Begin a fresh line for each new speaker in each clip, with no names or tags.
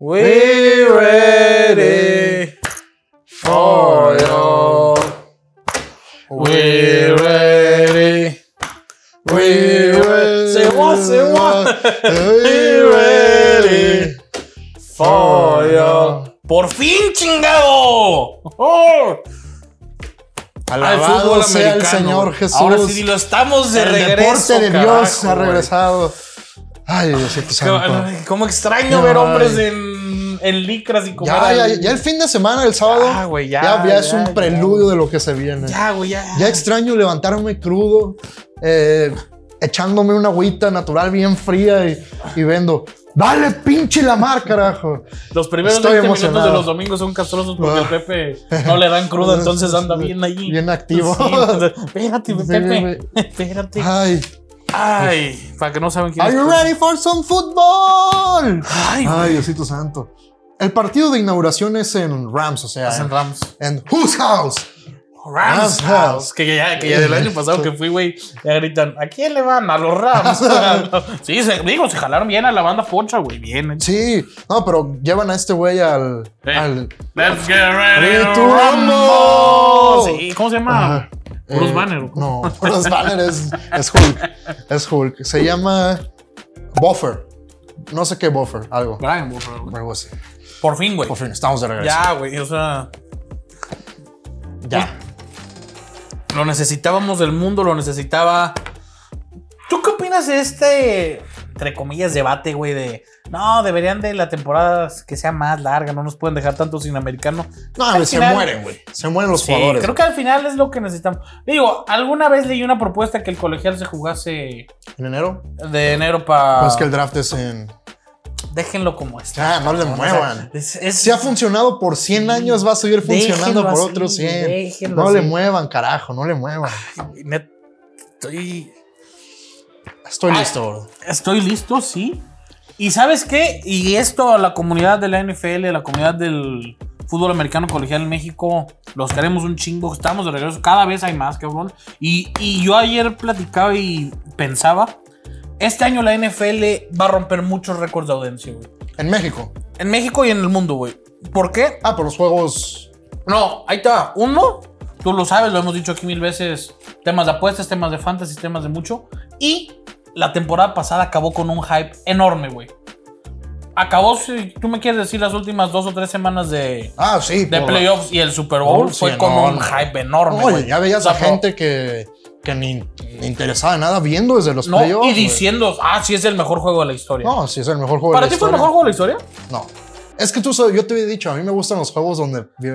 We ready for you. We ready. We ready. C'est moi, c'est moi. We ready for you.
¡Por fin, chingado! ¡Oh!
Alabado sea el Señor Jesús.
Ahora sí lo estamos de
el
regreso.
deporte de Dios
carajo,
ha
güey.
regresado. Ay, Diosito Santo.
Qué- Cómo extraño
Ay.
ver hombres en, en licras y comer.
Ya, ya,
al-
ya el fin de semana, el sábado,
Ya, güey, ya,
ya es
ya,
un
ya.
preludio de lo que se viene.
Ya, güey, ya.
Ya extraño levantarme crudo, eh, echándome una agüita natural bien fría y, y vendo. Dale pinche la mar, carajo.
Los primeros
Estoy
20 minutos
emocionado.
de los domingos son castrosos porque
Ah.
al Pepe no le dan cruda, entonces anda bien ahí.
Bien activo.
Sí, entonces, espérate,
Sí,
Pepe. Espérate.
Ay,
Ay, para que no saben quién
are you
es.
ready Ah. for some football?
Ay, güey.
Ay, Diosito Santo. El partido de inauguración es en Rams, o sea,
Es en
en,
Rams.
en Whose House.
Rams
Rams
House. Que ya, que ya del año pasado que fui, güey, ya gritan, ¿a quién le van? A los Rams. sí, se, digo, se jalaron bien a la banda pocha, güey, bien. eh.
Sí, no, pero llevan a este güey al,
Sí.
al
Let's get ready
Ready
to
to
rumble.
rumble.
Sí, ¿cómo se llama? Bruce
Eh,
Banner. ¿o cómo?
No, Bruce Banner es, es Hulk. Es Hulk. Se llama Buffer. No sé qué Buffer, algo.
Brian Buffer, güey.
Algo así.
Por fin, güey.
Por fin, estamos de regreso.
Ya, güey, o sea,
Ya.
lo necesitábamos del mundo, lo necesitaba. ¿Tú qué opinas de este, entre comillas, debate, güey, de no, deberían de la temporada que sea más larga, no nos pueden dejar tanto sin americano?
No,
Al
se
final-
mueren, güey. Se mueren los
Sí,
jugadores.
creo que al final es lo que necesitamos. Digo, alguna vez leí una propuesta que el colegial se jugase
¿En enero?
de enero para.
Pues que el draft es en.
Déjenlo como está.
Ah, no le
O sea,
muevan.
es- es-
Si ha funcionado por 100 años, va a seguir funcionando
Déjenlo
por
así,
otros 100.
déjenlo
No le
así.
muevan, carajo, no le muevan.
net- Estoy,
Estoy
Ay.
listo, bro.
estoy listo, sí. Y sabes qué? Y esto a la comunidad de la NFL, a la comunidad del fútbol americano colegial en México, los queremos un chingo. Estamos de regreso. Cada vez hay más, cabrón. Y, y yo ayer platicaba y pensaba. Este año la NFL va a romper muchos récords de audiencia, güey.
En México.
En México y en el mundo, güey. ¿Por qué?
Ah, por los juegos.
No, ahí te va. Uno, tú lo sabes, lo hemos dicho aquí mil veces. Temas de apuestas, temas de fantasy, temas de mucho. Y la temporada pasada acabó con un hype enorme, güey. Acabó, si tú me quieres decir, las últimas dos o tres semanas de,
Ah, sí.
de
por-
playoffs y el Super Bowl
Oh, sí,
fue con
no,
un
no.
hype enorme,
Oye,
güey.
ya veías
O
a
sea, no-
gente que, que ni, ni interesaba en nada viendo desde los
No,
playoffs.
y
güey.
diciendo, ah, sí es el mejor juego de la historia.
No, sí, es el mejor juego
¿Para
de la
ti fue el mejor
historia.
juego de la historia?
No. Es que tú, sabes, yo te había dicho, a mí me gustan los juegos donde vi-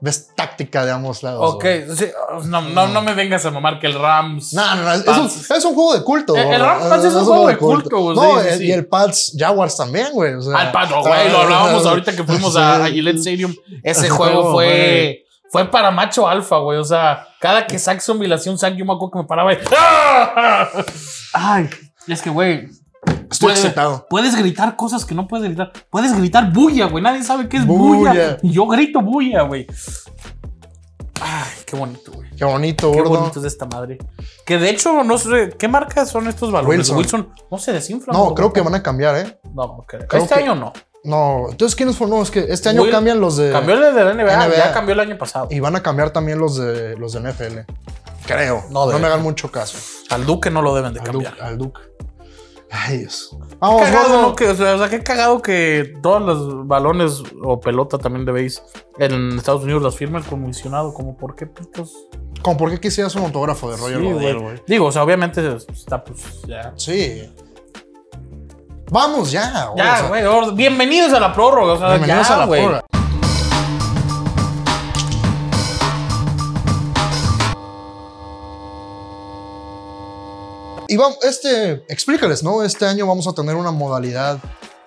ves táctica de ambos lados.
Ok,
güey.
sí, no, no, no me vengas a mamar que el Rams.
No, no, no, es, es un, es un juego de culto.
El- el
güey.
Rams Pats es un juego de culto, güey,
No,
sí, sí,
el-
sí.
y el Pats Jaguars también, güey. o sea,
Al Pato, güey, lo
ah,
hablábamos
ah,
ahorita que fuimos a, a
sí.
Gillette Stadium. Ese
Ese
juego
juego,
fue,
güey.
fue para macho alfa, güey. O sea, cada que Saxon y un sack, yo me acuerdo que me paraba y... ¡Ah! Ay, es que, güey...
Estoy
puede-
excitado.
Puedes gritar cosas que no puedes gritar. Puedes gritar bulla, güey. Nadie sabe qué es bulla.
Bulla.
Y yo grito bulla, güey. Ay, qué bonito, güey.
Qué bonito,
Qué
gordo.
bonito es esta madre. Que de hecho, no sé, ¿qué marcas son estos balones?
Wilson.
no se desinflan.
No,
güey.
creo que van a cambiar, ¿eh?
No, no creo.
creo
este
que-
año no.
No. Entonces, ¿quiénes fueron? No, es que este año
Will-
cambian los de.
Cambió el de la NBA,
NBA.
ya cambió el año pasado.
Y van a cambiar también los de los de NFL. Creo.
No
No,
debe.
me hagan mucho caso.
Al Duque no lo deben de
Al
cambiar.
Duke, al Duke. Ay, Dios. Vamos,
Cagado,
gordo.
¿no? Que, o, sea, o sea, qué cagado que todos los balones o pelota también debéis en Estados Unidos las firma el comisionado, como por qué pitos.
Como, por qué quisieras un autógrafo de Roger
Sí,
Goodell,
güey.
güey?
Digo, o sea, obviamente está pues ya.
Sí. Vamos ya. güey, o
Ya,
sea,
güey, or- bienvenidos a la prórroga, o sea,
bienvenidos
ya,
a la
güey.
porra. Y vamos, este, explícales, ¿no? Este año vamos a tener una modalidad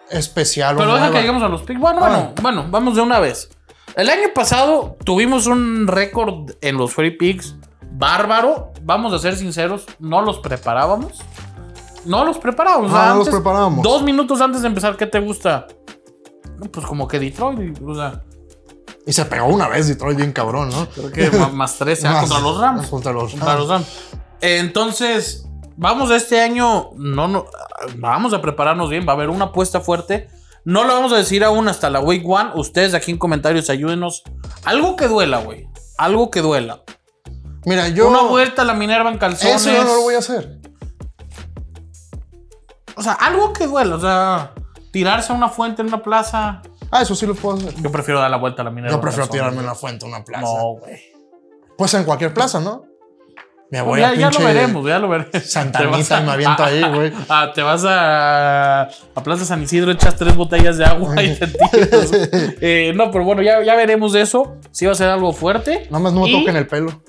especial. o
Pero deja
nueva.
que lleguemos a los picks. Bueno, bueno, bueno, vamos de una vez. El año pasado tuvimos un récord en los free picks bárbaro. Vamos a ser sinceros, no los preparábamos. No los preparábamos. o sea,
Ah, no los
antes,
preparábamos.
Dos minutos antes de empezar, ¿qué te gusta? No, Pues como que Detroit, o sea,
Y se pegó una vez Detroit bien cabrón, ¿no?
creo que ma- más 13 ah,
Más-
contra los Rams.
Contra los
Contra
Rams.
los Rams. Entonces, vamos a este año, no, no, vamos a prepararnos bien, va a haber una apuesta fuerte. No lo vamos a decir aún hasta la Week One. Ustedes aquí en comentarios ayúdenos. Algo que duela, güey. Algo que duela.
Mira, yo.
Una vuelta a la Minerva en calzones.
Eso yo no lo voy a hacer.
O sea, algo que duela. O sea, tirarse a una fuente en una plaza.
Ah, eso sí lo puedo hacer.
Yo prefiero dar la vuelta a la Minerva.
Yo prefiero
en calzones.
tirarme en una fuente, una plaza.
No, güey.
Pues en cualquier plaza, ¿no? Me voy
Ya,
a
ya lo
pinche-
veremos, ya lo veremos.
Santanita
Te vas a-
y me aviento ahí, güey.
Ah, te vas a, a Plaza San Isidro, echas tres botellas de agua y te tiras. Eh, no, pero bueno, ya, ya veremos eso. Si va a ser algo fuerte.
Nada más no me
Y
toquen el pelo.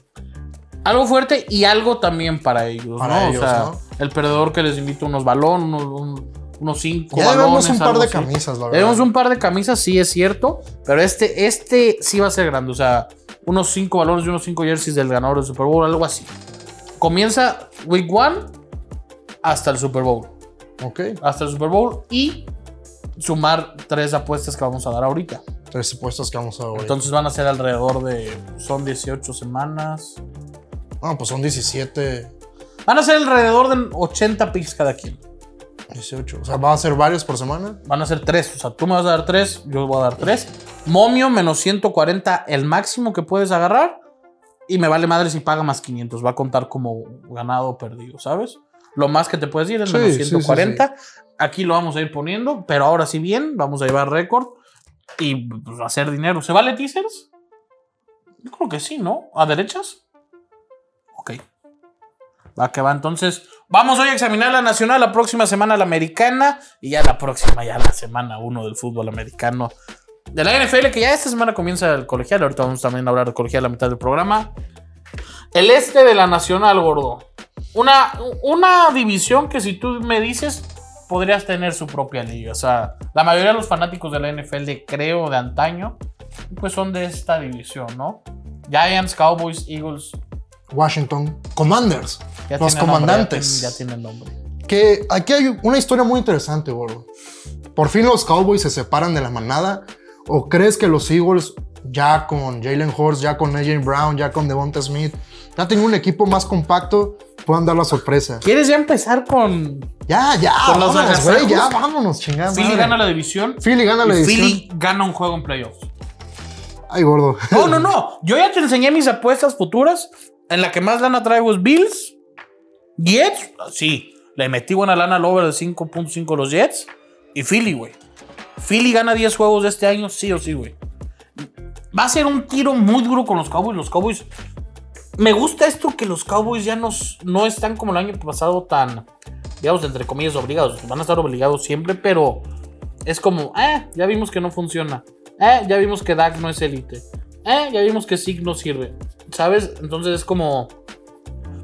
Algo fuerte y algo también para ellos,
Para
¿no?
ellos,
o sea,
¿no?
el perdedor que les invita unos balones, unos, un- unos cinco
Ya
balones.
debemos un par
algo
de
así.
camisas, la verdad.
Tenemos un par de camisas, sí es cierto, pero este, este sí va a ser grande, o sea, unos 5 valores y unos 5 jerseys del ganador del Super Bowl, algo así. Comienza Week 1 hasta el Super Bowl,
Ok,
hasta el Super Bowl y sumar tres apuestas que vamos a dar ahorita.
tres puestos que vamos a ver.
Entonces van a ser alrededor de, son 18 semanas.
No, pues son 17,
Van a ser alrededor de 80 picks cada quien.
18. O sea, va a ser varios por semana.
Van a ser tres. O sea, tú me vas a dar tres, yo voy a dar tres. Momio menos 140, el máximo que puedes agarrar. Y me vale madre si paga más 500. Va a contar como ganado o perdido, ¿sabes? Lo más que te puedes ir es
Sí,
menos
sí, sí,
140. Aquí lo vamos a ir poniendo, pero ahora sí bien, vamos a llevar récord y pues, hacer dinero. ¿Se vale teasers? Yo creo que sí, ¿no? ¿A derechas? Ok. Va que va. Entonces, vamos hoy a examinar la nacional, la próxima semana la americana y ya la próxima, ya la semana 1 del fútbol americano. De la NFL, que ya esta semana comienza el colegial. Ahorita vamos también a hablar de colegial a la mitad del programa. El este de la nacional, gordo. Una, una división que si tú me dices, podrías tener su propia liga. O sea, la mayoría de los fanáticos de la NFL, creo, de antaño, pues son de esta división, ¿no? Giants, Cowboys, Eagles.
Washington. Commanders.
ya tiene
los
nombre, ya
comandantes.
tiene- ya tienen nombre.
Que aquí hay una historia muy interesante, gordo. Por fin los Cowboys se separan de la manada. ¿O crees que los Eagles, ya con Jalen Horst, ya con AJ Brown, ya con Devonta Smith, ya tienen un equipo más compacto, puedan dar la sorpresa?
¿Quieres ya empezar con
Ya, ya,
Con los
vámonos, güey,
agasajos.
ya, vámonos, chingada.
Philly
madre.
gana la división?
Philly gana la
y
edición.
Philly gana un juego en playoffs.
Ay, gordo.
No, no, no. Yo ya te enseñé mis apuestas futuras. En la que más lana traigo es Bills. Jets. Sí. Le metí buena lana al over de 5.5 los Jets. Y Philly, güey. Philly gana 10 juegos de este año, sí o sí, güey. Va a ser un tiro muy duro con los Cowboys. Los Cowboys. Me gusta esto que los Cowboys ya nos, no están como el año pasado tan, digamos, entre comillas, obligados. Van a estar obligados siempre, pero es como, eh, ya vimos que no funciona. Eh, ya vimos que Dak no es élite. Eh, ya vimos que Zig no sirve. ¿Sabes? Entonces es como.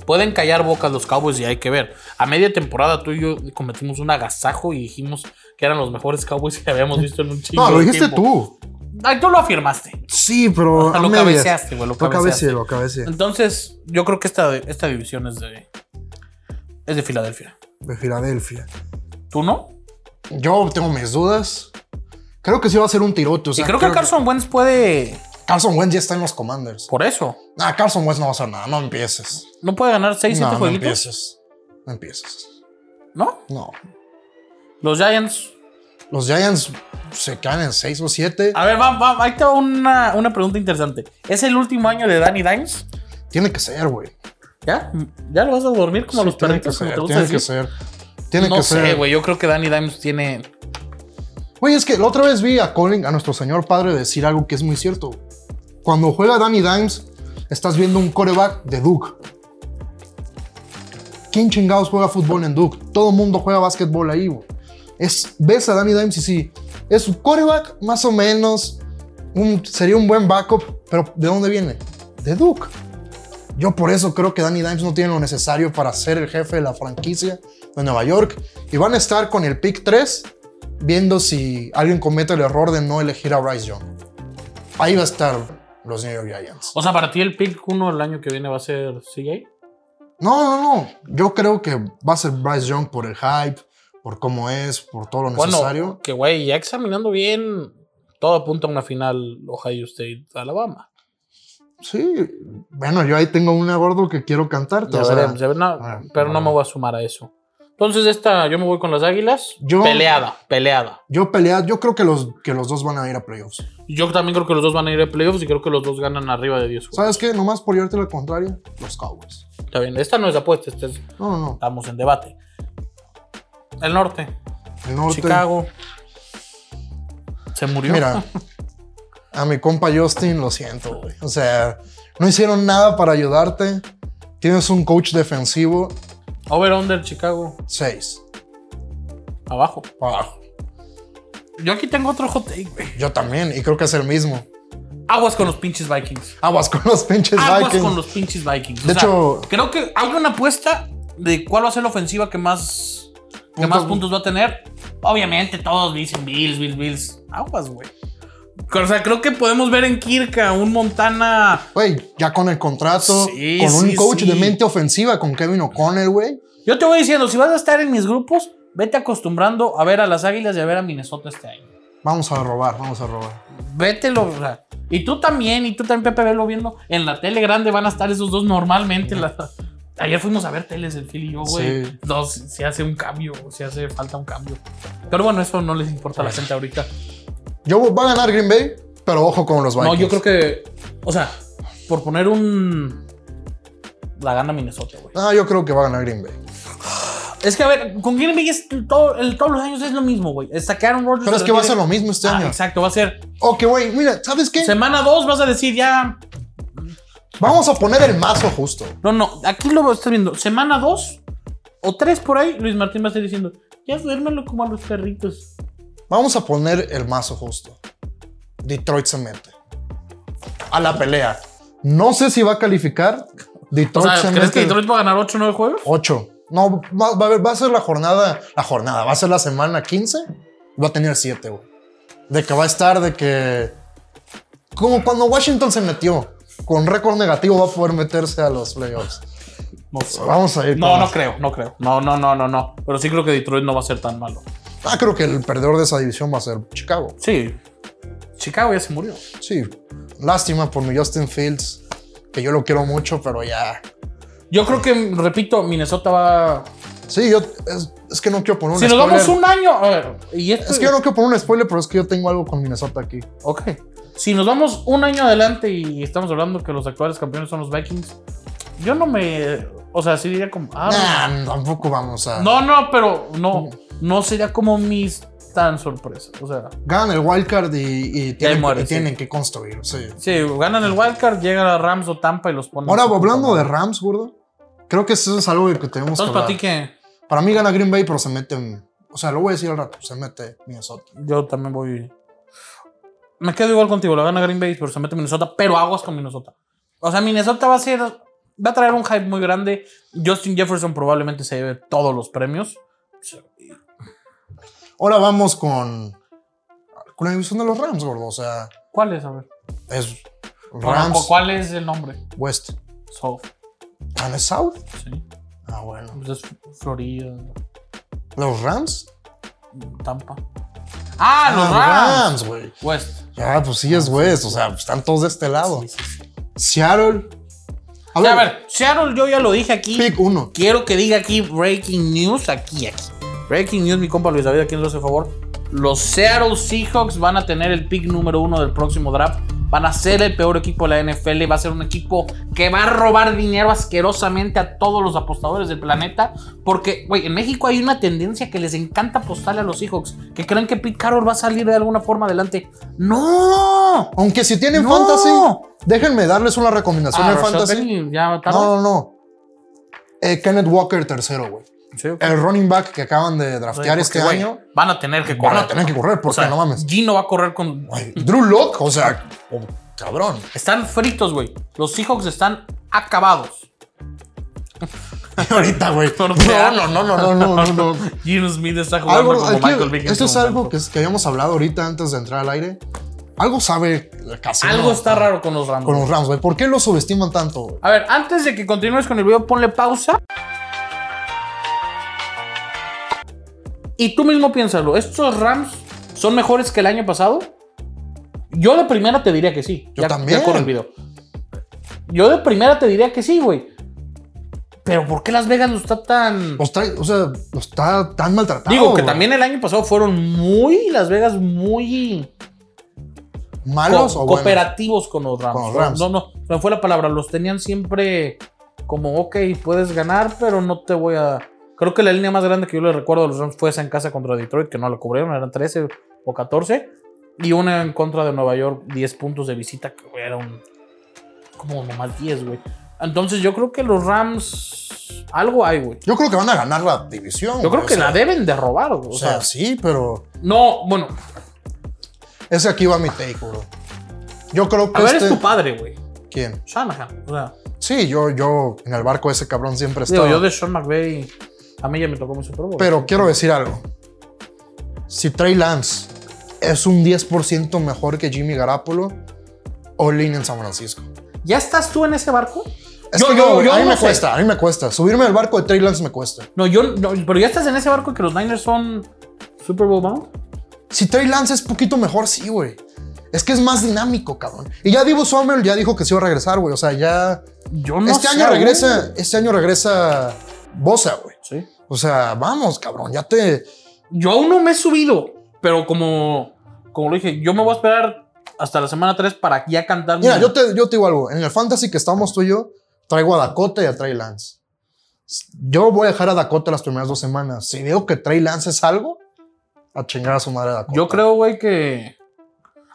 Pueden callar bocas los Cowboys y hay que ver. A media temporada tú y yo cometimos un agasajo y dijimos que eran los mejores Cowboys que habíamos visto en un chingo.
No, lo
de
dijiste
tiempo.
tú.
Ay, tú lo afirmaste.
Sí, pero.
Hasta
a
lo
medias.
cabeceaste, güey. Lo
Lo
cabeceaste.
cabeceé, lo cabeceé.
Entonces, yo creo que esta, esta división es de. Es de Filadelfia.
De Filadelfia.
¿Tú no?
Yo tengo mis dudas. Creo que sí va a ser un tirote. O sea,
y creo que Carson Wentz puede.
Carson Wentz ya está en los Commanders.
Por eso.
Ah, Carson Wentz no va a hacer nada. No empieces.
No puede ganar 6, 7
No, no
jueguitos.
empieces. No empieces.
¿No?
No.
Los Giants.
Los Giants se caen en 6 o 7.
A ver, va, va, ahí te va una, una pregunta interesante. ¿Es el último año de Danny Dimes?
Tiene que ser, güey.
¿Ya? ¿Ya lo vas a dormir como los
Sí, tiene que
perritos? como
ser.
te gusta
Tiene que
decir?
ser. Tiene
no
que
sé,
ser.
güey. Yo creo que Danny Dimes tiene.
Güey, es que la otra vez vi a Colin, a nuestro señor padre, decir algo que es muy cierto. Cuando juega Danny Dimes, estás viendo un coreback de Duke. ¿Quién chingados juega fútbol en Duke? Todo mundo juega básquetbol ahí, güey. Es, ves a Danny Dimes y sí, es un coreback más o menos, un- sería un buen backup, pero ¿de dónde viene? De Duke. Yo por eso creo que Danny Dimes no tiene lo necesario para ser el jefe de la franquicia de Nueva York. Y van a estar con el pick 3 viendo si alguien comete el error de no elegir a Bryce Young. Ahí va a estar los New York Giants.
O sea, para ti el pick 1 el año que viene va a ser CJ.
No, no, no. Yo creo que va a ser Bryce Young por el hype, por cómo es, por todo lo
Bueno,
necesario.
que güey, ya examinando bien, todo apunta a una final Ohio State Alabama.
Sí. Bueno, yo ahí tengo una gordo que quiero cantarte.
Ya
o sea,
veremos, ya ver- no,
ah,
pero no
bueno.
me voy a sumar a eso. Entonces, esta, yo me voy con las águilas.
Yo-
Peleada, peleada.
Yo pelea, yo creo que los, que los dos van a ir a playoffs.
Yo también creo que los dos van a ir a playoffs y creo que los dos ganan arriba de 10 juegos.
¿Sabes qué? Nomás por llevarte la contraria, los Cowboys.
Está bien, esta no es apuesta, esta es-
No, no, no.
estamos en debate. El norte,
El norte.
Chicago. Se murió.
Mira, a mi compa Justin, lo siento, güey. O sea, no hicieron nada para ayudarte. Tienes un coach defensivo,
Over-under, Chicago,
6.
abajo.
Abajo.
Yo aquí tengo otro hot take, güey.
Yo también, y creo que es el mismo.
Aguas con los pinches Vikings.
Aguas con los pinches
Aguas
Vikings.
con los pinches Vikings. O
De
sea,
hecho-
creo que hay una apuesta de cuál va a ser la ofensiva que más, que
Puntos-
más puntos va a tener. Obviamente todos dicen Bills, Bills, Bills. Aguas, güey. O sea, creo que podemos ver en Kirka un Montana.
Güey, ya con el contrato,
Sí,
con un
sí,
coach
sí.
de mente ofensiva, con Kevin O'Connell, güey.
Yo te voy diciendo, si vas a estar en mis grupos, vete acostumbrando a ver a las Águilas y a ver a Minnesota este año.
Vamos a robar, vamos a robar.
Vételo, o sea, Y tú también, y tú también, Pepe, velo viendo. En la tele grande van a estar esos dos normalmente. la- Ayer fuimos a ver teles, el Phil y yo, güey.
Sí.
Dos, se hace un cambio, se hace falta un cambio. Pero bueno, eso no les importa a
Eh,
la gente ahorita.
Yo va a ganar Green Bay, pero ojo con los Vikings.
No, yo creo que, o sea, por poner un... La gana Minnesota, güey.
Ah, yo creo que va a ganar Green Bay.
Es que, a ver, con Green Bay es todo, el, todos los años es lo mismo, güey. Sacaron Rodgers. Ah,
Pero es que va a ser lo mismo este año.
exacto, va a ser...
Ok, güey, mira, ¿sabes qué?
Semana 2 vas a decir ya...
Vamos a poner el mazo justo.
No, no, aquí lo estás viendo. Semana 2 o 3 por ahí, Luis Martín va a estar diciendo, ya duérmelo como a los perritos.
Vamos a poner el mazo justo. Detroit se mete. A la pelea. No sé si va a calificar.
O
Detroit
sea,
se
¿crees
mete.
que Detroit va a ganar 8 o 9 juegos?
8. No, va, va a haber- va a ser la jornada. La jornada. Va a ser la semana 15. Va a tener 7, güey. De que va a estar, de que. Como cuando Washington se metió. Con récord negativo va a poder meterse a los playoffs.
No sé.
Vamos a ir.
No,
con-
no creo, no creo. No, no, no, no, no. Pero sí creo que Detroit no va a ser tan malo.
Ah, creo que el perdedor de esa división va a ser Chicago.
Sí. Chicago ya se murió.
Sí, lástima por mi Justin Fields, que yo lo quiero mucho, pero ya.
Yo creo que, repito, Minnesota va...
Sí, yo es, es que no quiero poner un
Si nos
spoiler.
vamos un año... A ver, y esto...
Es que yo no quiero poner un spoiler, pero es que yo tengo algo con Minnesota aquí.
Ok. Si nos vamos un año adelante y estamos hablando que los actuales campeones son los Vikings, yo no me... O sea, sí diría como... Ah,
Nah, tampoco vamos a.
No, no, pero no. No sería como mis tan sorpresa. O sea,
Ganan el wildcard y, y tienen,
muere,
y
sí.
tienen que construir. Sí.
sí, ganan el wildcard, llegan a Rams o Tampa y los ponen.
Ahora, hablando de Rams, gordo, creo que eso es algo que tenemos
Entonces,
que
para ti
hablar.
que
Para mí gana Green Bay, pero se mete. O sea, lo voy a decir al rato, se mete Minnesota.
yo también voy. Me quedo igual contigo. La gana Green Bay, pero se mete Minnesota, pero aguas con Minnesota. O sea, Minnesota va a ser. Va a traer un hype muy grande. Justin Jefferson probablemente se lleve todos los premios.
Ahora vamos con. Con la división de los Rams, gordo. O sea,
¿Cuál es? A ver.
es.
Bueno,
Rams,
¿Cuál es el nombre?
West.
South.
¿Tan es South?
Sí.
Ah, bueno.
Pues es Florida,
¿Los Rams?
Tampa. Ah, los Rams.
güey.
West.
Ya, pues sí es West. O sea, están todos de este lado.
Sí, sí, sí.
Seattle. A
O sea,
ver,
a ver, Seattle, yo ya lo dije aquí.
pick uno.
Quiero que diga aquí breaking news, aquí, aquí. Breaking news, mi compa Luis David, aquí nos hace favor. Los Seattle Seahawks van a tener el pick número uno del próximo draft. Van a ser el peor equipo de la NFL. Va a ser un equipo que va a robar dinero asquerosamente a todos los apostadores del planeta. Porque, güey, en México hay una tendencia que les encanta apostarle a los Seahawks. Que creen que Pete Carroll va a salir de alguna forma adelante. ¡No!
Aunque si tienen
No.
fantasy, déjenme darles una recomendación
Ah,
en
Rashad
fantasy.
Penny, ya tarde.
No, no, no. Eh, Kenneth Walker, tercero, güey.
Sí, ok.
El running back que acaban de
Porque,
draftear este
Pues güey,
año.
Van a tener que correr.
Van a tener que correr, porque no mames.
Gino va a correr con.
Güey, Drew Locke, o sea, oh, cabrón.
Están fritos, güey. Los Seahawks están acabados.
Ahorita, güey.
Tortear.
No, no, no, no, no, no, no.
Gino Smith está jugando
Algo,
como
aquí-
Michael Vick. en
esto
su
es algo
momento.
que, que habíamos hablado ahorita antes de entrar al aire. Algo sabe el casino
Algo está raro con los Rams.
con los Rams, güey. ¿Por qué los subestiman tanto, güey?
A ver, antes de que continúes con el video, ponle pausa. Y tú mismo piénsalo, ¿estos Rams son mejores que el año pasado? Yo de primera te diría que sí.
Yo
Ya-
también.
Ya corre el video. Yo de primera te diría que sí, güey. Pero ¿por qué Las Vegas no está tan...
Los trae- o sea, los está tan maltratado.
Digo, que
Pues, güey.
también el año pasado fueron muy, Las Vegas, muy
¿Malos
co-
o buenos?
cooperativos con los, Rams.
Con los Rams.
No, no, no fue la palabra. Los tenían siempre como, ok, puedes ganar, pero no te voy a... Creo que la línea más grande que yo le recuerdo a los Rams fue esa en casa contra Detroit, que no la cubrieron, eran 13 o 14. Y una en contra de Nueva York, 10 puntos de visita, que güey, era un... Como nomás 10, güey. Entonces yo creo que los Rams... Algo hay, güey.
Yo creo que van a ganar la división.
Yo
güey,
creo
o
que
sea,
la deben de robar, güey.
O
O
sea,
sea,
sí, pero
no, bueno,
ese aquí va mi take, bro. Yo creo que
a ver,
este...
es tu padre, güey.
¿Quién?
Shanahan. O sea,
Sí, yo, yo en el barco ese cabrón siempre
digo,
estaba.
yo de Sean McVay, a mí ya me tocó mi Super Bowl.
Pero quiero decir algo. Si Trey Lance es un 10% mejor que Jimmy Garapolo, all in en San Francisco.
¿Ya estás tú en ese barco?
Es
Yo-
que
yo-
no, güey,
yo
a mí
no
me
sé.
cuesta, a mí me cuesta. Subirme al barco de Trey Lance me cuesta.
No, yo, no, pero ya estás en ese barco que los Niners son Super Bowl bound.
Si Trey Lance es poquito mejor, sí, güey. Es que es más dinámico, cabrón. Y ya Divo Samuel ya dijo que se iba a regresar, güey. O sea, ya...
Yo no
este
sé,
año
güey.
regresa, este año regresa Bosa, güey.
Sí.
O sea, vamos, cabrón, ya te...
Yo aún no me he subido, pero como, como lo dije, yo me voy a esperar hasta la semana 3 para ya cantar.
Mira,
mi-
yo te, yo te digo algo. En el fantasy que estamos tú y yo, traigo a Dakota y a Trey Lance. Yo voy a dejar a Dakota las primeras dos semanas. Si veo que Trey Lance es algo, a chingar a su madre a Dakota.
Yo creo, güey, que.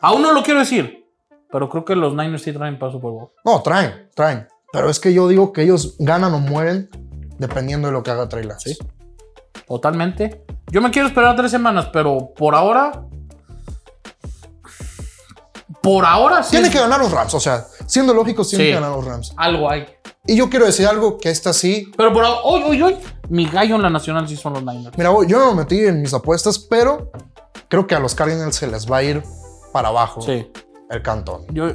Aún no lo quiero decir, pero creo que los Niners sí traen para Super Bowl.
No, traen, traen. Pero es que yo digo que ellos ganan o mueren dependiendo de lo que haga Trey Lance.
Sí. Totalmente. Yo me quiero esperar tres semanas, pero por ahora. Por ahora sí.
Tiene
es-
que ganar los Rams, o sea, siendo lógico, tiene
Sí.
que ganar los Rams.
Algo hay.
Y yo quiero decir algo que esta sí
Pero por ahora. Hoy, hoy, hoy. Mi gallo en la nacional sí son los Niners.
Mira, yo no me metí en mis apuestas, pero creo que a los Cardinals se les va a ir para abajo
Sí.
el cantón.
Yo.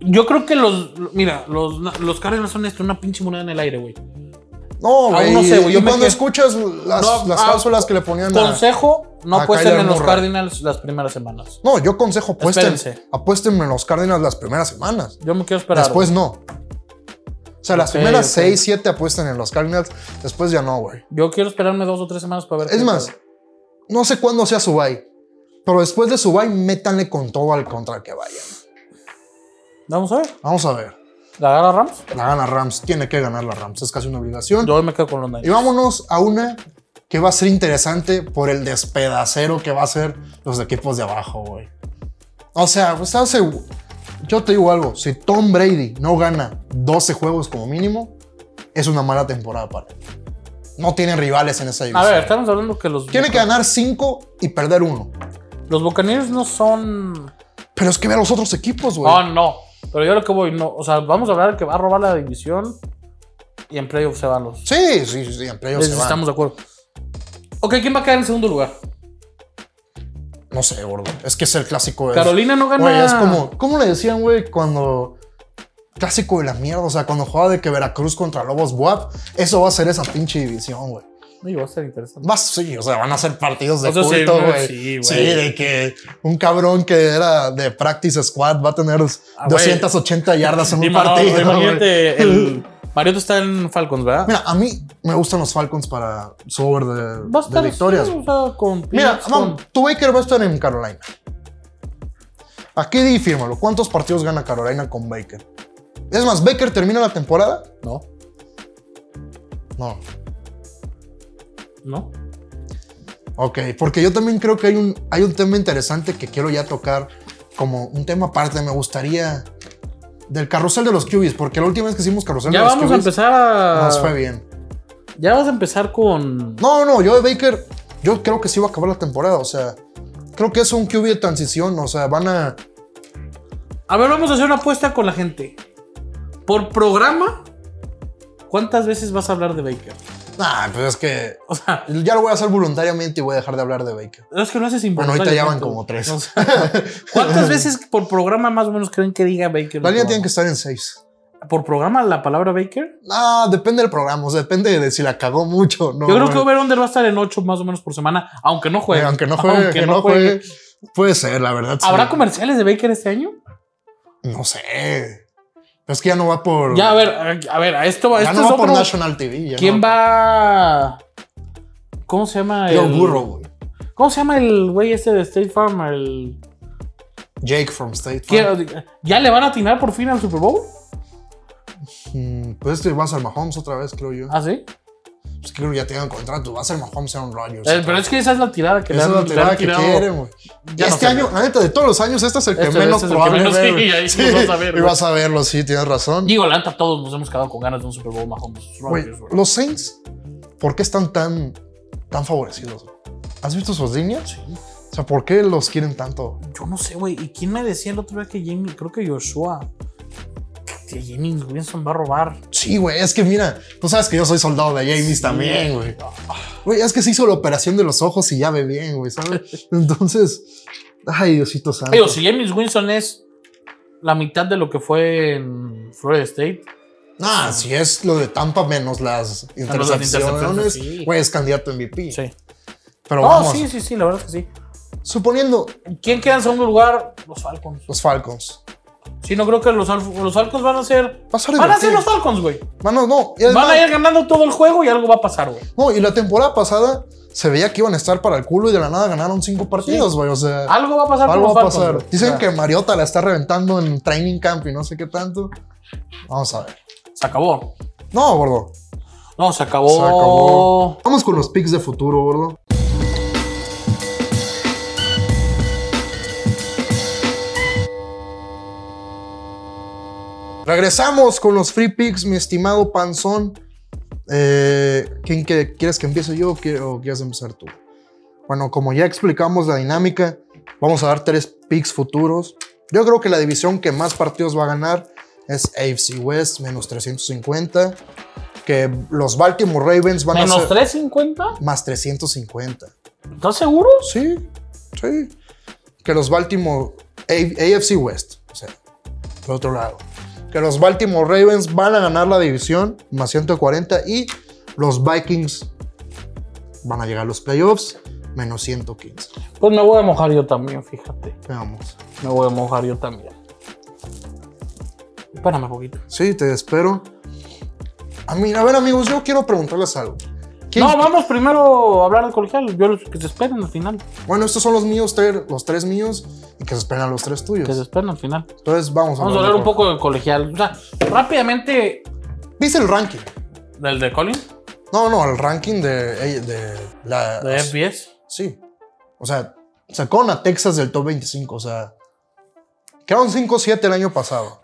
Yo creo que los. Mira, los, los Cardinals son esto, una pinche moneda en el aire, güey.
No, güey.
no sé, güey,
y
yo me
cuando
quedé-
escuchas las,
No,
las
ah,
cápsulas que le ponían a...
Consejo: no
a
apuesten
Kyler
en los
Murray.
Cardinals las primeras semanas.
No, yo consejo, apuesten,
Espérense.
apuéstenme en los Cardinals las primeras semanas.
Yo me quiero esperar.
después no. O sea, las
Ok,
primeras
ok.
6, 7 apuesten en los Cardinals, después ya no, güey.
güey. Yo quiero esperarme dos o tres semanas para ver.
Es
qué
más,
pedo.
no sé cuándo sea Subay, pero después de Subay, métanle con todo al contra que vayan.
Vamos a ver.
Vamos a ver.
¿La gana Rams?
La gana Rams, tiene que ganar la Rams, es casi una obligación.
Yo me quedo con los Niners.
Y vámonos a una que va a ser interesante por el despedacero que va a ser los equipos de abajo, güey. O sea, pues, estás segu- Yo te digo algo, si Tom Brady no gana 12 juegos como mínimo, es una mala temporada para él. No tiene rivales en esa
A
división.
ver, estamos hablando que los.
Tiene que ganar 5 y perder 1.
Los Buccaneers no son.
Pero es que ve a los otros equipos, güey.
Oh, no. Pero yo lo que voy, no. O sea, vamos a hablar del que va a robar la división y en playoff se van los.
Sí, sí, sí, siempre ellos se van.
Estamos de acuerdo. Ok, ¿quién va a quedar en segundo lugar?
No sé, gordo. Es que es el clásico. de
Carolina no gana.
Pues, Güey, es como, ¿cómo le decían, güey, cuando clásico de la mierda? O sea, cuando jugaba de que Veracruz contra Lobos Buap, eso va a ser esa pinche división, güey.
Uy, va a ser interesante.
Vas, sí, o sea, van a ser partidos de
O sea, sí,
culto,
güey,
güey.
sí, güey.
de que un cabrón que era de practice squad va a tener
Ah,
280 yardas en un
Ima-
partido. güey.
imagínate, el. Mariota está en Falcons, ¿verdad?
Mira, a mí me gustan los Falcons para su over de,
va a
de
estar.
victorias.
sí, o sea, con
Mira,
Phoenix,
mam,
con-
tu Baker va a estar en Carolina. Aquí di, fírmalo. ¿Cuántos partidos gana Carolina con Baker? Es más, ¿Baker termina la temporada?
No,
No.
no.
Ok, porque yo también creo que hay un, hay un tema interesante que quiero ya tocar como un tema aparte. Me gustaría del carrusel de los QBs, porque la última vez que hicimos carrusel
Ya
de los
vamos a
QBs,
empezar a.
nos fue bien.
Ya vamos a empezar con.
No, no, yo de Baker, yo creo que sí va a acabar la temporada. O sea, creo que es un QB de transición. O sea, van a...
A ver, vamos a hacer una apuesta con la gente. Por programa, ¿cuántas veces vas a hablar de Baker?
Ah, pues es que
O sea,
Ya lo voy a hacer voluntariamente y voy a dejar de hablar de Baker.
es que lo haces
Bueno,
importante.
ahorita ya van como tres.
¿Cuántas veces por programa más o menos creen que diga Baker?
La línea tiene que
Por
estar en seis.
programa? ¿Por programa la palabra Baker?
Ah, depende del programa, o sea, depende de si la cagó mucho o no.
Yo creo que
güey.
Over Under va a estar en 8 más o menos por semana, aunque no juegue.
Aunque no juegue,
Aunque
que
no
no juegue. Puede ser, la verdad. sí.
¿Habrá comerciales de Baker este año?
No sé. Pero es que ya no va por.
Ya, a ver, a ver, a esto va.
ya
esto
no
es
va por
otro-
National TV. ya
¿Quién
no
va? ¿Cómo se llama?
Yo
el-
burro, güey.
¿Cómo se llama el güey este de State Farm? El...
Jake from State Farm.
Quiero- ¿Ya le van a atinar por fin al Super Bowl?
Mm, pues este va a ser Mahomes otra vez, creo yo.
¿Ah, sí?
Pues creo que ya tengan contrato. Va a ser Mahomes y Aaron Rodgers.
Eh, pero es que esa es la tirada que le
Esa es
han-
la
le
tirada
han
que
tirado.
quieren, güey.
Ya
este
no sé.
año, la neta, de todos los años, este es el que
Este-
menos
este es el que
probable
menos,
ve,
sí,
güey.
ahí sí lo vas a ver,
y
güey.
vas a verlo, sí, tienes razón.
Digo, la neta, todos nos hemos quedado con ganas de un Super Bowl Mahomes.
Güey,
Rodgers, güey.
los Saints, ¿por qué están tan, tan favorecidos? ¿Has visto sus líneas?
Sí.
O sea, ¿por qué los quieren tanto?
Yo no sé, güey. ¿Y quién me decía el otro día que Jamie, creo que Joshua, que Jamie Wilson va a robar?
Sí, güey, es que mira, tú sabes que yo soy soldado de James también, güey.
Ah,
Güey, es que se hizo la operación de los ojos y ya ve bien, güey, ¿sabes? Entonces, ay, Diosito santo.
Digo, si James Wilson es la mitad de lo que fue en Florida State,
Ah, si es lo de Tampa menos las
Ah, las
intercepciones,
sí.
güey, es candidato a MVP.
sí.
Pero
No,
vamos,
sí, sí, sí, la verdad es que sí.
suponiendo
¿Quién queda en segundo lugar? Los Falcons.
los Falcons.
Sí, no creo que los, Alf- los Falcons van a ser.
Va a ser
Van a ser
divertido.
los Falcons, güey.
Mano, no. y
Van
además-
a ir ganando todo el juego y algo va a pasar, güey.
No, y la temporada pasada se veía que iban a estar para el culo y de la nada ganaron cinco partidos, güey. O sea,
Algo va a pasar con
algo
los
va a
Ah, Falcons.
pasar.
güey.
Dicen
O sea,
que Mariota la está reventando en training camp y no sé qué tanto. Vamos a ver.
Se acabó.
No, gordo.
No, se acabó.
Se acabó. Vamos con los picks de futuro, gordo. Regresamos con los free picks, mi estimado Panzón. Eh, ¿Quién que- quieres que empiece yo o quie- o quieres empezar tú? Bueno, como ya explicamos la dinámica, vamos a dar tres picks futuros. Yo creo que la división que más partidos va a ganar es AFC West, menos 350. Que los Baltimore Ravens van a
Menos
ser
350.
más 350.
¿Estás seguro?
Sí, sí. Que los Baltimore A- AFC West, o sea, por otro lado. Que los Baltimore Ravens van a ganar la división más 140 y los Vikings van a llegar a los playoffs menos 115.
Pues me voy a mojar yo también, fíjate.
Veamos.
Me voy a mojar yo también. Espérame un poquito.
Sí, te espero. A mí, a ver, amigos, yo quiero preguntarles algo. ¿Quién-
No, vamos primero a hablar del colegial. Yo los que se esperen al final.
Bueno, estos son los míos, tres- los tres míos y que se esperan los tres tuyos.
Que se esperen al final.
Entonces vamos a
Vamos a hablar un poco del colegial. O sea, rápidamente.
¿Viste el ranking?
¿Del de Colin?
No, no, el ranking de, eh, de la
¿De FBS?
Sí. O sea, sacaron a Texas del top 25. O sea, quedaron 5-7 el año pasado.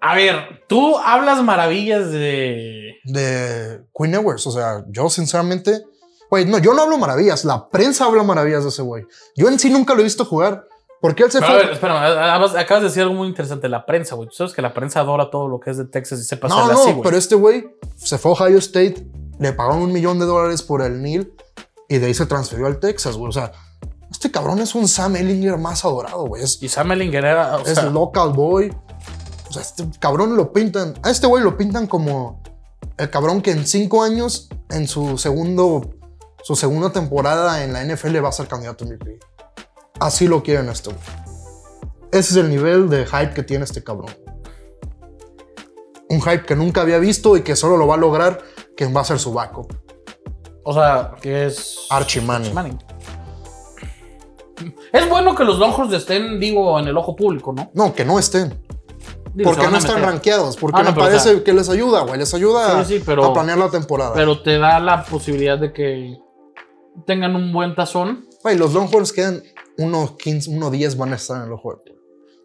A ver, tú hablas maravillas de.
De Queen Edwards. O sea, yo sinceramente. Güey, no, yo no hablo maravillas. La prensa habla maravillas de ese güey. Yo en sí nunca lo he visto jugar. Porque él se
Pero a
fue.
ver, espérame, además acabas de decir algo muy interesante, la prensa, güey. Tú sabes que la prensa adora todo lo que es de Texas y sepa
no,
hacerla
no,
así, güey.
pero este güey se fue a Ohio State. Le pagaron un millón de dólares por el NIL. Y de ahí se transfirió al Texas, güey. O sea, este cabrón es un Sam Ellinger más adorado, güey. Es
Y Sam Ellinger era, o
es
sea,
local boy. O sea, este cabrón lo pintan. A este güey lo pintan como el cabrón que en cinco años, en su segundo, su segunda temporada en la NFL va a ser candidato a MVP. Así lo quieren a este güey. Ese es el nivel de hype que tiene este cabrón. Un hype que nunca había visto y que solo lo va a lograr quien va a ser su backup.
o sea, que es
Archie Manning.
Manning. Es bueno que los Longhorns estén, digo, en el ojo público, ¿no?
No, que no estén.
Digo, se
Porque
van
no
a
están
meter.
rankeados. Porque
Ah, no,
me
pero, o sea,
parece que les ayuda, güey. Les ayuda
Sí, sí, pero-
a planear la temporada.
Pero te da la posibilidad de que tengan un buen tazón.
Güey, los Longhorns quedan unos 15, unos 10 van a estar en el juego.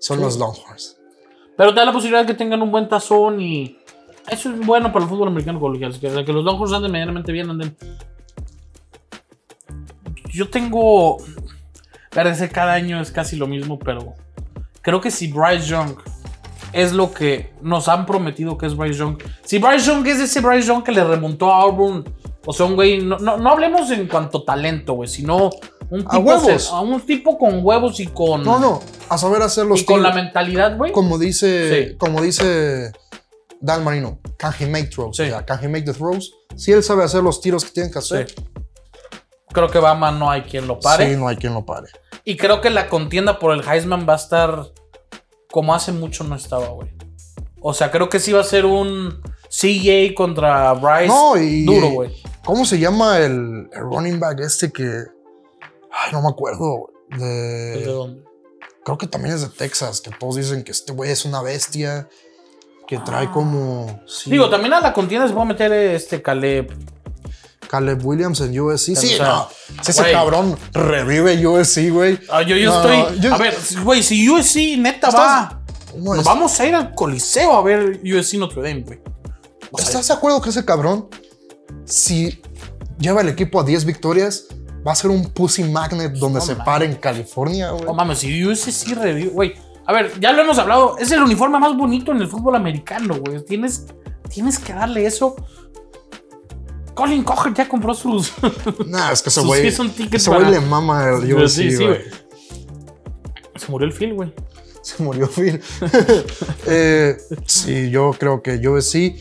Son los Longhorns.
Pero te da la posibilidad de que tengan un buen tazón y. Eso es bueno para el fútbol americano colegial. Que, que los Longhorns anden medianamente bien, anden. Yo tengo. Parece cada año es casi lo mismo, pero. Creo que si Bryce Young es lo que nos han prometido que es Bryce Young. Si Bryce Young es ese Bryce Young que le remontó a Auburn. O sea, un güey. No, no, no hablemos en cuanto talento, güey, sino un tipo.
A huevos.
a un tipo con huevos y con.
No, no, a saber hacer los
Y con la
tiros.
mentalidad, güey.
Como dice,
Sí.
como dice Dan Marino, can he make throws?
Sí.
O sea, can he make the throws? Si él sabe hacer los tiros que tienen que hacer,
Sí. Creo que Bama no hay quien lo pare.
sí, no hay quien lo pare.
Y creo que la contienda por el Heisman va a estar como hace mucho no estaba, güey. O sea, creo que sí va a ser un CJ contra Bryce
No, y- eh,
duro, güey.
¿Cómo se llama el, el running back este que. Ay, no me acuerdo. De,
¿Desde Pues, dónde?
creo que también es de Texas, que todos dicen que este güey es una bestia, que trae como. sí,
Ah. Digo, también a la contienda se puede meter este Caleb.
Caleb Williams en USC. Sí,
O sea,
no. Si ese
güey.
cabrón revive USC, güey.
Ah, yo yo
No,
estoy.
yo-
a ver, güey, si USC neta
¿Estás-
va.
No,
Nos
es-
vamos a ir al Coliseo a ver USC Notre Dame, güey. O sea,
¿Estás de acuerdo que ese cabrón, si lleva el equipo a 10 victorias, va a ser un pussy magnet donde
No
se
mames.
para en California, güey?
No mames, si USC revive, güey. A ver, ya lo hemos hablado, es el uniforme más bonito en el fútbol americano, güey. Tienes, tienes que darle eso. Colin Cocker ya compró sus.
Nah, es que ese
Sus
güey.
season tickets
Ese güey
para-
le mama el
Yo
USC,
sí, sí,
güey.
güey. Se murió el Phil, güey.
Se murió Phil. Eh, sí, yo creo que USC.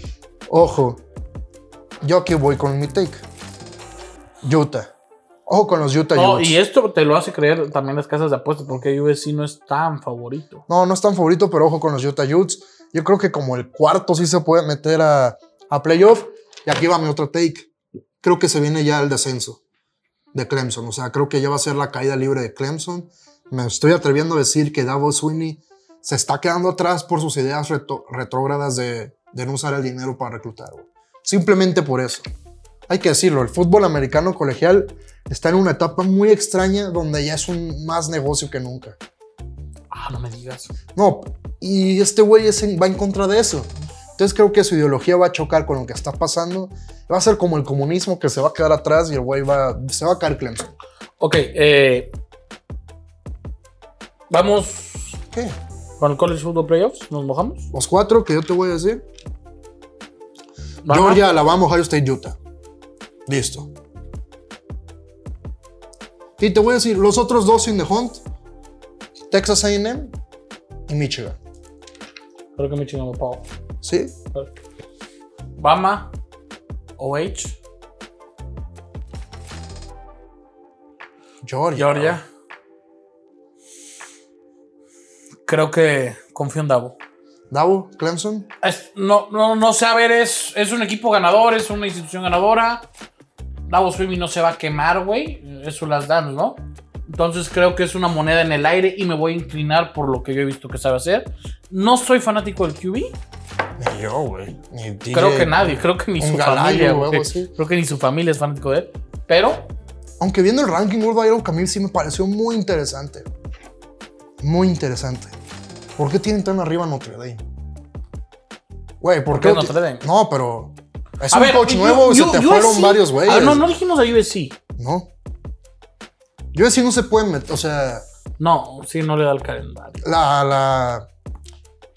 Ojo, yo aquí voy con mi take. Utah. Ojo con los Utah
No,
Utes.
y esto te lo hace creer también las casas de apuestas, porque USC no es tan favorito.
No, no es tan favorito, pero ojo con los Utah Utes. Yo creo que como el cuarto sí se puede meter a, a playoff. Y aquí va mi otro take. Creo que se viene ya el descenso de Clemson. O sea, creo que ya va a ser la caída libre de Clemson. Me estoy atreviendo a decir que Davos Sweeney se está quedando atrás por sus ideas reto- retrógradas de, de no usar el dinero para reclutar. güey. Simplemente por eso. Hay que decirlo, el fútbol americano colegial está en una etapa muy extraña donde ya es un más negocio que nunca.
Ah, no me digas.
No, y este güey es en- va en contra de eso. Entonces creo que su ideología va a chocar con lo que está pasando. Va a ser como el comunismo que se va a quedar atrás y el güey va, se va a caer Clemson.
Ok, eh. Vamos
¿Qué?
con el College Football Playoffs, nos mojamos.
Los cuatro que yo te voy a decir.
Ajá.
Georgia, Alabama, Ohio State, Utah. Listo. Y te voy a decir, los otros dos in the hunt. Texas A&M y Michigan.
Creo que me chingamos, Pau.
¿Sí?
Bama, OH,
Georgia.
Georgia. Creo que confío en Davo.
Davo, Clemson.
Es- no, no, no sé, a ver, es, es un equipo ganador, es una institución ganadora. Davo Swimmy no se va a quemar, güey. Eso las dan, ¿no? Entonces creo que es una moneda en el aire y me voy a inclinar por lo que yo he visto que sabe hacer. No soy fanático del QB.
Ni yo, güey. Ni DJ.
Creo que nadie, creo que ni
un
su
Galayo
familia,
o algo
güey.
así.
Creo que ni su familia es fanático de él. Pero
Aunque viendo el ranking World Iron Camille sí me pareció muy interesante. Muy interesante. ¿Por qué tienen tan arriba a Notre Dame? Güey, ¿por,
¿Por qué
no
Notre Dame?
No, pero es
A
un
ver,
coach
U-
nuevo y se
U-
te
USC.
fueron varios güeyes.
Ah, no, no dijimos a USC.
No. Yo decía, no se pueden meter, o sea,
No, sí, no le da el calendario.
la, la,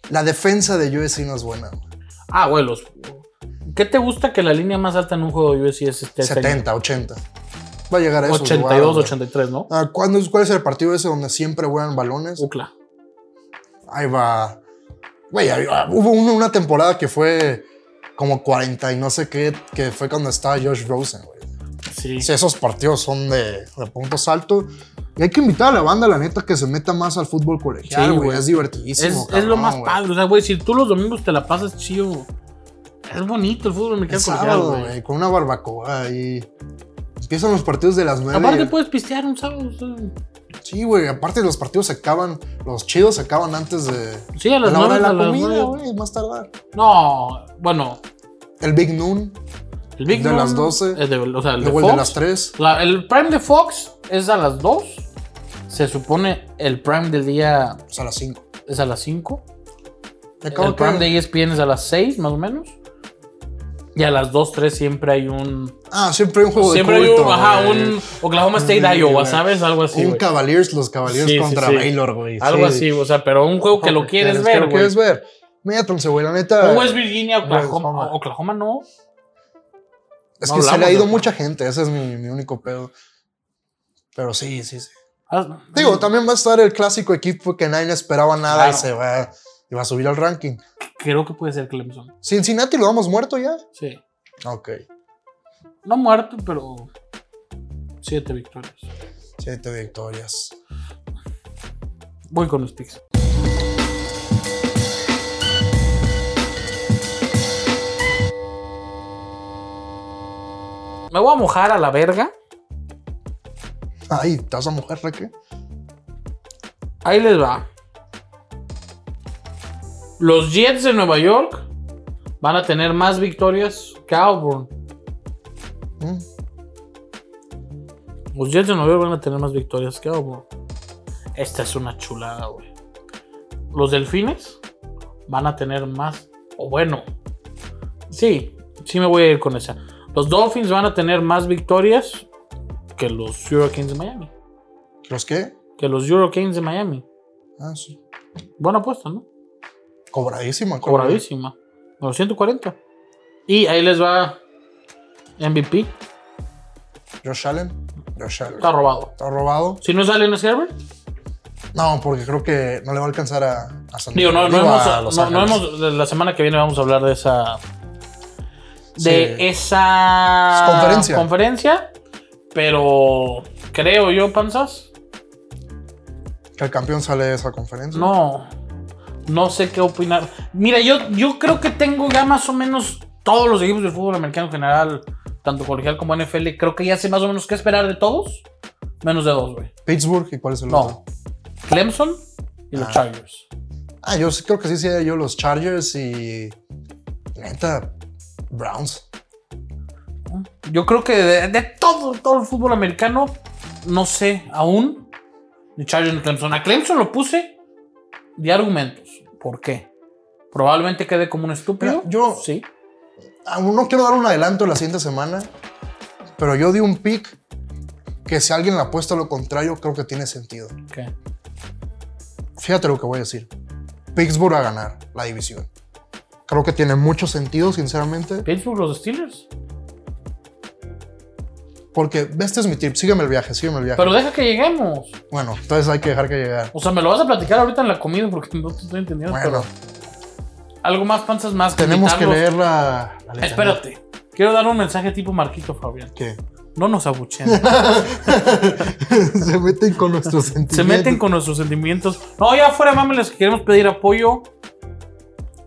la defensa de USC no es buena. güey.
Ah, güey, los. ¿Qué te gusta que la línea más alta en un juego de USC es este?
70, 80. Va a llegar a eso.
82, 83, ¿no?
¿Cuál Ah, es el partido ese donde siempre vuelan balones?
Ucla.
Ahí va. Güey, ahí va. hubo una, una temporada que fue como 40 y no sé qué, que fue cuando estaba Josh Rosen, güey.
Sí.
Sí, esos partidos son de, de puntos altos. Y hay que invitar a la banda, la neta, que se meta más al fútbol colegial,
Sí,
güey.
güey.
Es
Es,
divertidísimo.
es
cabrón,
lo más
güey.
padre. O sea, güey, si tú los domingos te la pasas chido. Es bonito el fútbol
El
americano colegial,
sábado,
güey.
güey, con una barbacoa y empiezan los partidos de las nueve.
Aparte pues, puedes pistear un sábado. o sea,
Sí, güey, aparte los partidos se acaban, los chidos se acaban antes de
Sí, a las
la hora
nueve,
de la
a las
comida,
nueve.
güey, más tardar.
No, bueno,
El Big Noon,
el Big
De
Noon
las 12.
es de- o sea, el de
luego el de
Fox.
las 3.
La- el prime de Fox es a las 2. Se supone el prime del día
O sea, pues, a las 5.
es a las 5.
Te acabo
El prime de E ESPN es a las 6, más o menos. Y a las 2, 3 siempre hay un.
Ah, siempre hay un juego
Siempre
de
hay
culto.
un, ajá,
güey.
un Oklahoma State
Sí,
Iowa,
güey.
¿sabes? Algo así.
un
güey.
Cavaliers, los Cavaliers
Sí, sí,
contra
sí.
Baylor, güey.
Algo
Sí.
así, o sea, pero un juego que lo quieres ver,
Que lo
güey.
quieres ver. Métanse, güey, la neta.
Un West Virginia, Oklahoma.
Oklahoma.
Oklahoma no.
es
no
que se le
hablamos
ha ido
de-
mucha gente, ese es mi, mi único pedo. Pero sí, sí, sí.
Ah,
Digo, también va a estar el clásico equipo que nadie esperaba nada y
Claro.
se va, y va a subir al ranking.
Creo que puede ser Clemson.
Cincinnati lo damos muerto ya.
Sí.
Ok.
No muerto, pero. Siete victorias.
Siete victorias.
Voy con los picks. Me voy a mojar a la verga.
Ay, ¿te vas a mojar, Raquel?
Ahí les va. Los Jets de Nueva York van a tener más victorias que Auburn.
Mm.
Los Jets de Nueva York van a tener más victorias que Auburn. Esta es una chulada, güey. Los Delfines van a tener más. O bueno, sí, sí me voy a ir con esa. Los Dolphins van a tener más victorias que los Hurricanes de Miami.
¿Los qué?
Que los Hurricanes de Miami.
Ah, sí.
Buena apuesta, ¿no?
Cobradísima. creo.
Cobradísima. 940. Y ahí les va MVP.
Josh Allen. Josh Allen.
Está robado.
Está robado.
Si no sale en Herbert,
No, porque creo que no le va a alcanzar a, a San
Digo, no, no,
Digo, a
hemos,
Los
no- no
Ángeles.
hemos- La semana que viene vamos a hablar de esa. De
Sí.
esa.
Conferencia.
conferencia, Pero. Creo yo, panzas.
Que el campeón sale de esa conferencia.
No. No sé qué opinar. Mira, yo, yo creo que tengo ya más o menos todos los equipos del fútbol americano en general, tanto colegial como NFL. Creo que ya sé más o menos qué esperar de todos. Menos de dos, güey.
Pittsburgh y cuál es el
No.
otro.
Clemson y los
Ah.
Chargers.
Ah, yo sí creo que sí sería yo los Chargers y. Neta, Browns.
Yo creo que de, de todo, todo el fútbol americano, no sé aún. Ni Chargers ni Clemson. A Clemson lo puse de argumentos. ¿Por qué? Probablemente quede como un estúpido.
Mira, yo-
Sí.
Aún Ah, no quiero dar un adelanto la siguiente semana, pero yo di un pick que si alguien le apuesta lo contrario, creo que tiene sentido.
¿Qué?
Fíjate lo que voy a decir. Pittsburgh a ganar la división. Creo que tiene mucho sentido, sinceramente.
Pittsburgh, los Steelers.
Porque este es mi tip. Sígueme el viaje, sígueme el viaje.
Pero deja que lleguemos.
bueno, entonces hay que dejar que llegar.
O sea, me lo vas a platicar ahorita en la comida porque no te estoy entendiendo.
Bueno,
pero algo más panzas más.
tenemos que
invitarlos.
leer la, la letra,
Espérate. Quiero dar un mensaje tipo Marquito Fabián.
¿no? ¿Qué?
No nos abuchen.
Se meten con nuestros sentimientos.
Se meten con nuestros sentimientos. No, ya fuera, mami, les queremos pedir apoyo.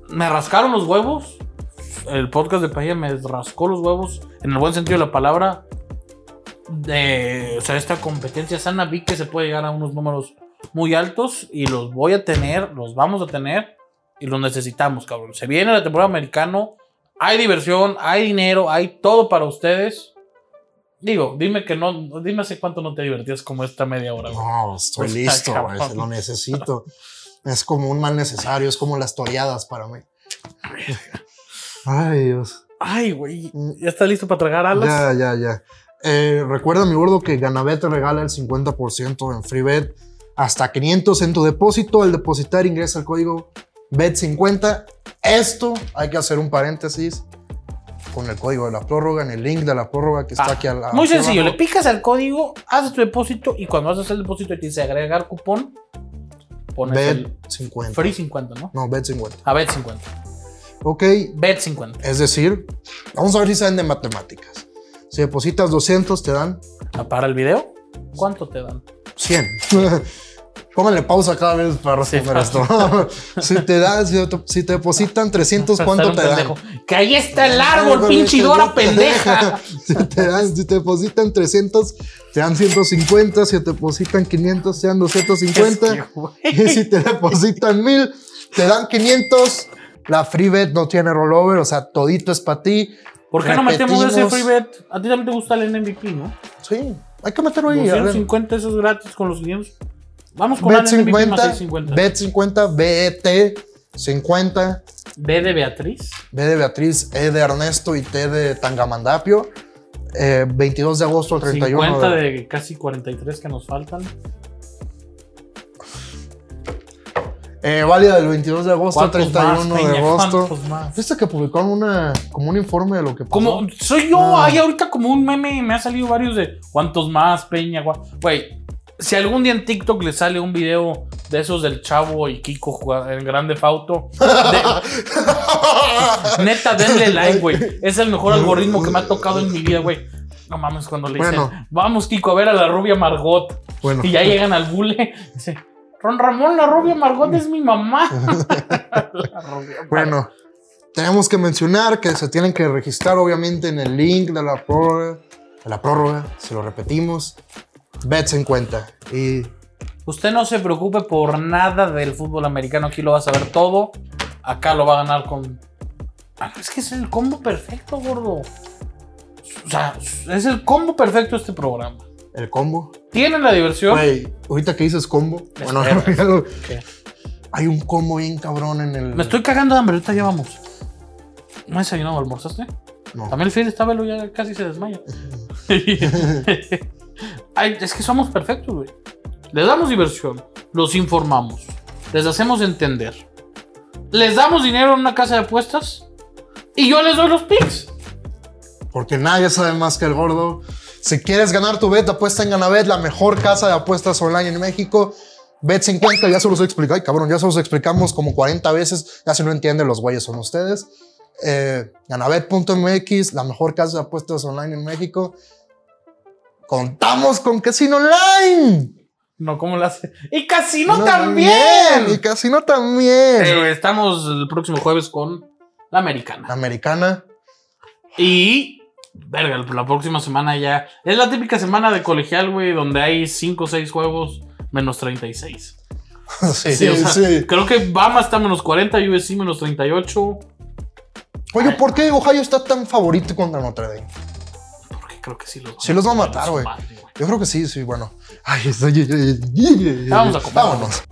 Me rascaron los huevos. El podcast de Paella me rascó los huevos, en el buen sentido de la palabra. De, o sea, esta competencia sana vi que se puede llegar a unos números muy altos y los voy a tener, los vamos a tener y los necesitamos, cabrón. Se viene la temporada americano, hay diversión, hay dinero, hay todo para ustedes. Digo, dime que no, dime hace cuánto no te divertías como esta media hora. güey.
No, pues, estoy
Está
listo, güey.
Pues, cabrón.
se Lo necesito. Es como un mal necesario, es como las toreadas para mí. Ay, Dios.
Ay, güey. ¿Ya está listo para tragar alas?
Ya, ya, ya. Eh, recuerda, mi gordo, que Ganabet te regala el 50% en FreeBet hasta 500 en tu depósito. Al depositar, ingresa el código BET50. Esto hay que hacer un paréntesis con el código de la prórroga, en el link de la prórroga que está
Ah,
aquí al
Muy
aquí
sencillo,
abajo.
le picas al código, haces tu depósito y cuando haces el depósito y te dice agregar cupón, pones el
BET50.
free 50, ¿no?
No, BET50.
A bet 50.
Ok,
Bet 50.
Es decir, vamos a ver si saben de matemáticas. Si depositas 200, te dan
Ah, Para el video, ¿cuánto te dan?
100. Pónganle pausa cada vez para responder
Sí,
esto. si, te dan, si, te, si te depositan 300,
Para
¿cuánto
ser
te
un
dan?
pendejo. Que ahí está el árbol, pinche dora pendeja.
si, te dan- si te depositan 300, te dan 150. Si te depositan 500, te dan 250.
Es que, güey.
Y si te depositan 1000, te dan 500. La FreeBet no tiene rollover, o sea, todito es para ti.
¿Por qué no metemos ese
Repetimos.
free bet? A ti también te gusta el MVP, ¿no?
Sí, hay que meterlo ahí. a ver.
250 esos gratis con los 500. Vamos con
Bet
el MVP más
50,
650.
Bet 50, BET 50,
B de Beatriz.
B de Beatriz, E de Ernesto y T de Tangamandapio. Eh, 22 de agosto al 31
50
de-
de casi 43 que nos faltan.
Eh, válida del 22 de agosto al
¿Cuántos
31
más,
de
Peña?
agosto.
¿Cuántos más?
Viste que publicaron una, como un informe de lo que pasó.
Como soy yo,
No.
hay ahorita como un meme, me ha salido varios de cuántos más, Peña, Gua-?" güey. Si algún día en TikTok le sale un video de esos del Chavo y Kiko jugando en Grande Fauto, neta, denle like, güey. Es el mejor algoritmo que me ha tocado en mi vida, güey. No mames, cuando le dicen,
Bueno.
vamos, Kiko, a ver a la rubia Margot.
Bueno,
Y ya llegan al bule. Dice, Ron Ramón, la rubia Margot es mi mamá. La rubia Margot.
bueno, tenemos que mencionar que se tienen que registrar obviamente en el link de la prórroga. en la prórroga, se lo repetimos. Bets en cuenta. Y
Usted no se preocupe por nada del fútbol americano. Aquí lo va a saber todo. Acá lo va a ganar con. Ah, Es que es el combo perfecto, gordo. O sea, es el combo perfecto este programa.
el combo.
Tienen la diversión.
Güey, ahorita que dices combo, bueno,
Espera.
ya lo-
Ok.
hay un combo bien cabrón en el.
Me estoy cagando de hambre. Ahorita ya vamos. ¿No has desayunado? ¿Almorzaste?
No.
También el Fidel está velo, ya casi se desmaya. Ay, es que somos perfectos, güey. Les damos diversión, los informamos, les hacemos entender, les damos dinero en una casa de apuestas y yo les doy los picks.
Porque nadie sabe más que el gordo. Si quieres ganar tu bet, apuesta en Ganabet, la mejor casa de apuestas online en México. Bet 50, ya se los he explicado. Ay, cabrón, ya se los explicamos como 40 veces. Ya si no entienden, los güeyes son ustedes. Eh, Ganabet.mx, la mejor casa de apuestas online en México. Contamos con Casino Online.
No, ¿cómo lo hace? Y Casino
No,
también.
Y Casino también.
Eh, estamos el próximo jueves con la americana.
Americana.
Y, verga, la próxima semana ya. Es la típica semana de colegial, güey, donde hay 5 o 6 juegos menos 36.
sí,
Sí, o sea,
sí.
Creo que Bama está menos 40, USC menos 38.
Oye, ¿por qué Ohio está tan favorito contra Notre Dame?
Porque creo que sí los,
Sí los va a matar, güey.
madre, güey.
Yo creo que sí, sí, bueno. Ay, estoy-
Vamos a comer.
Vámonos.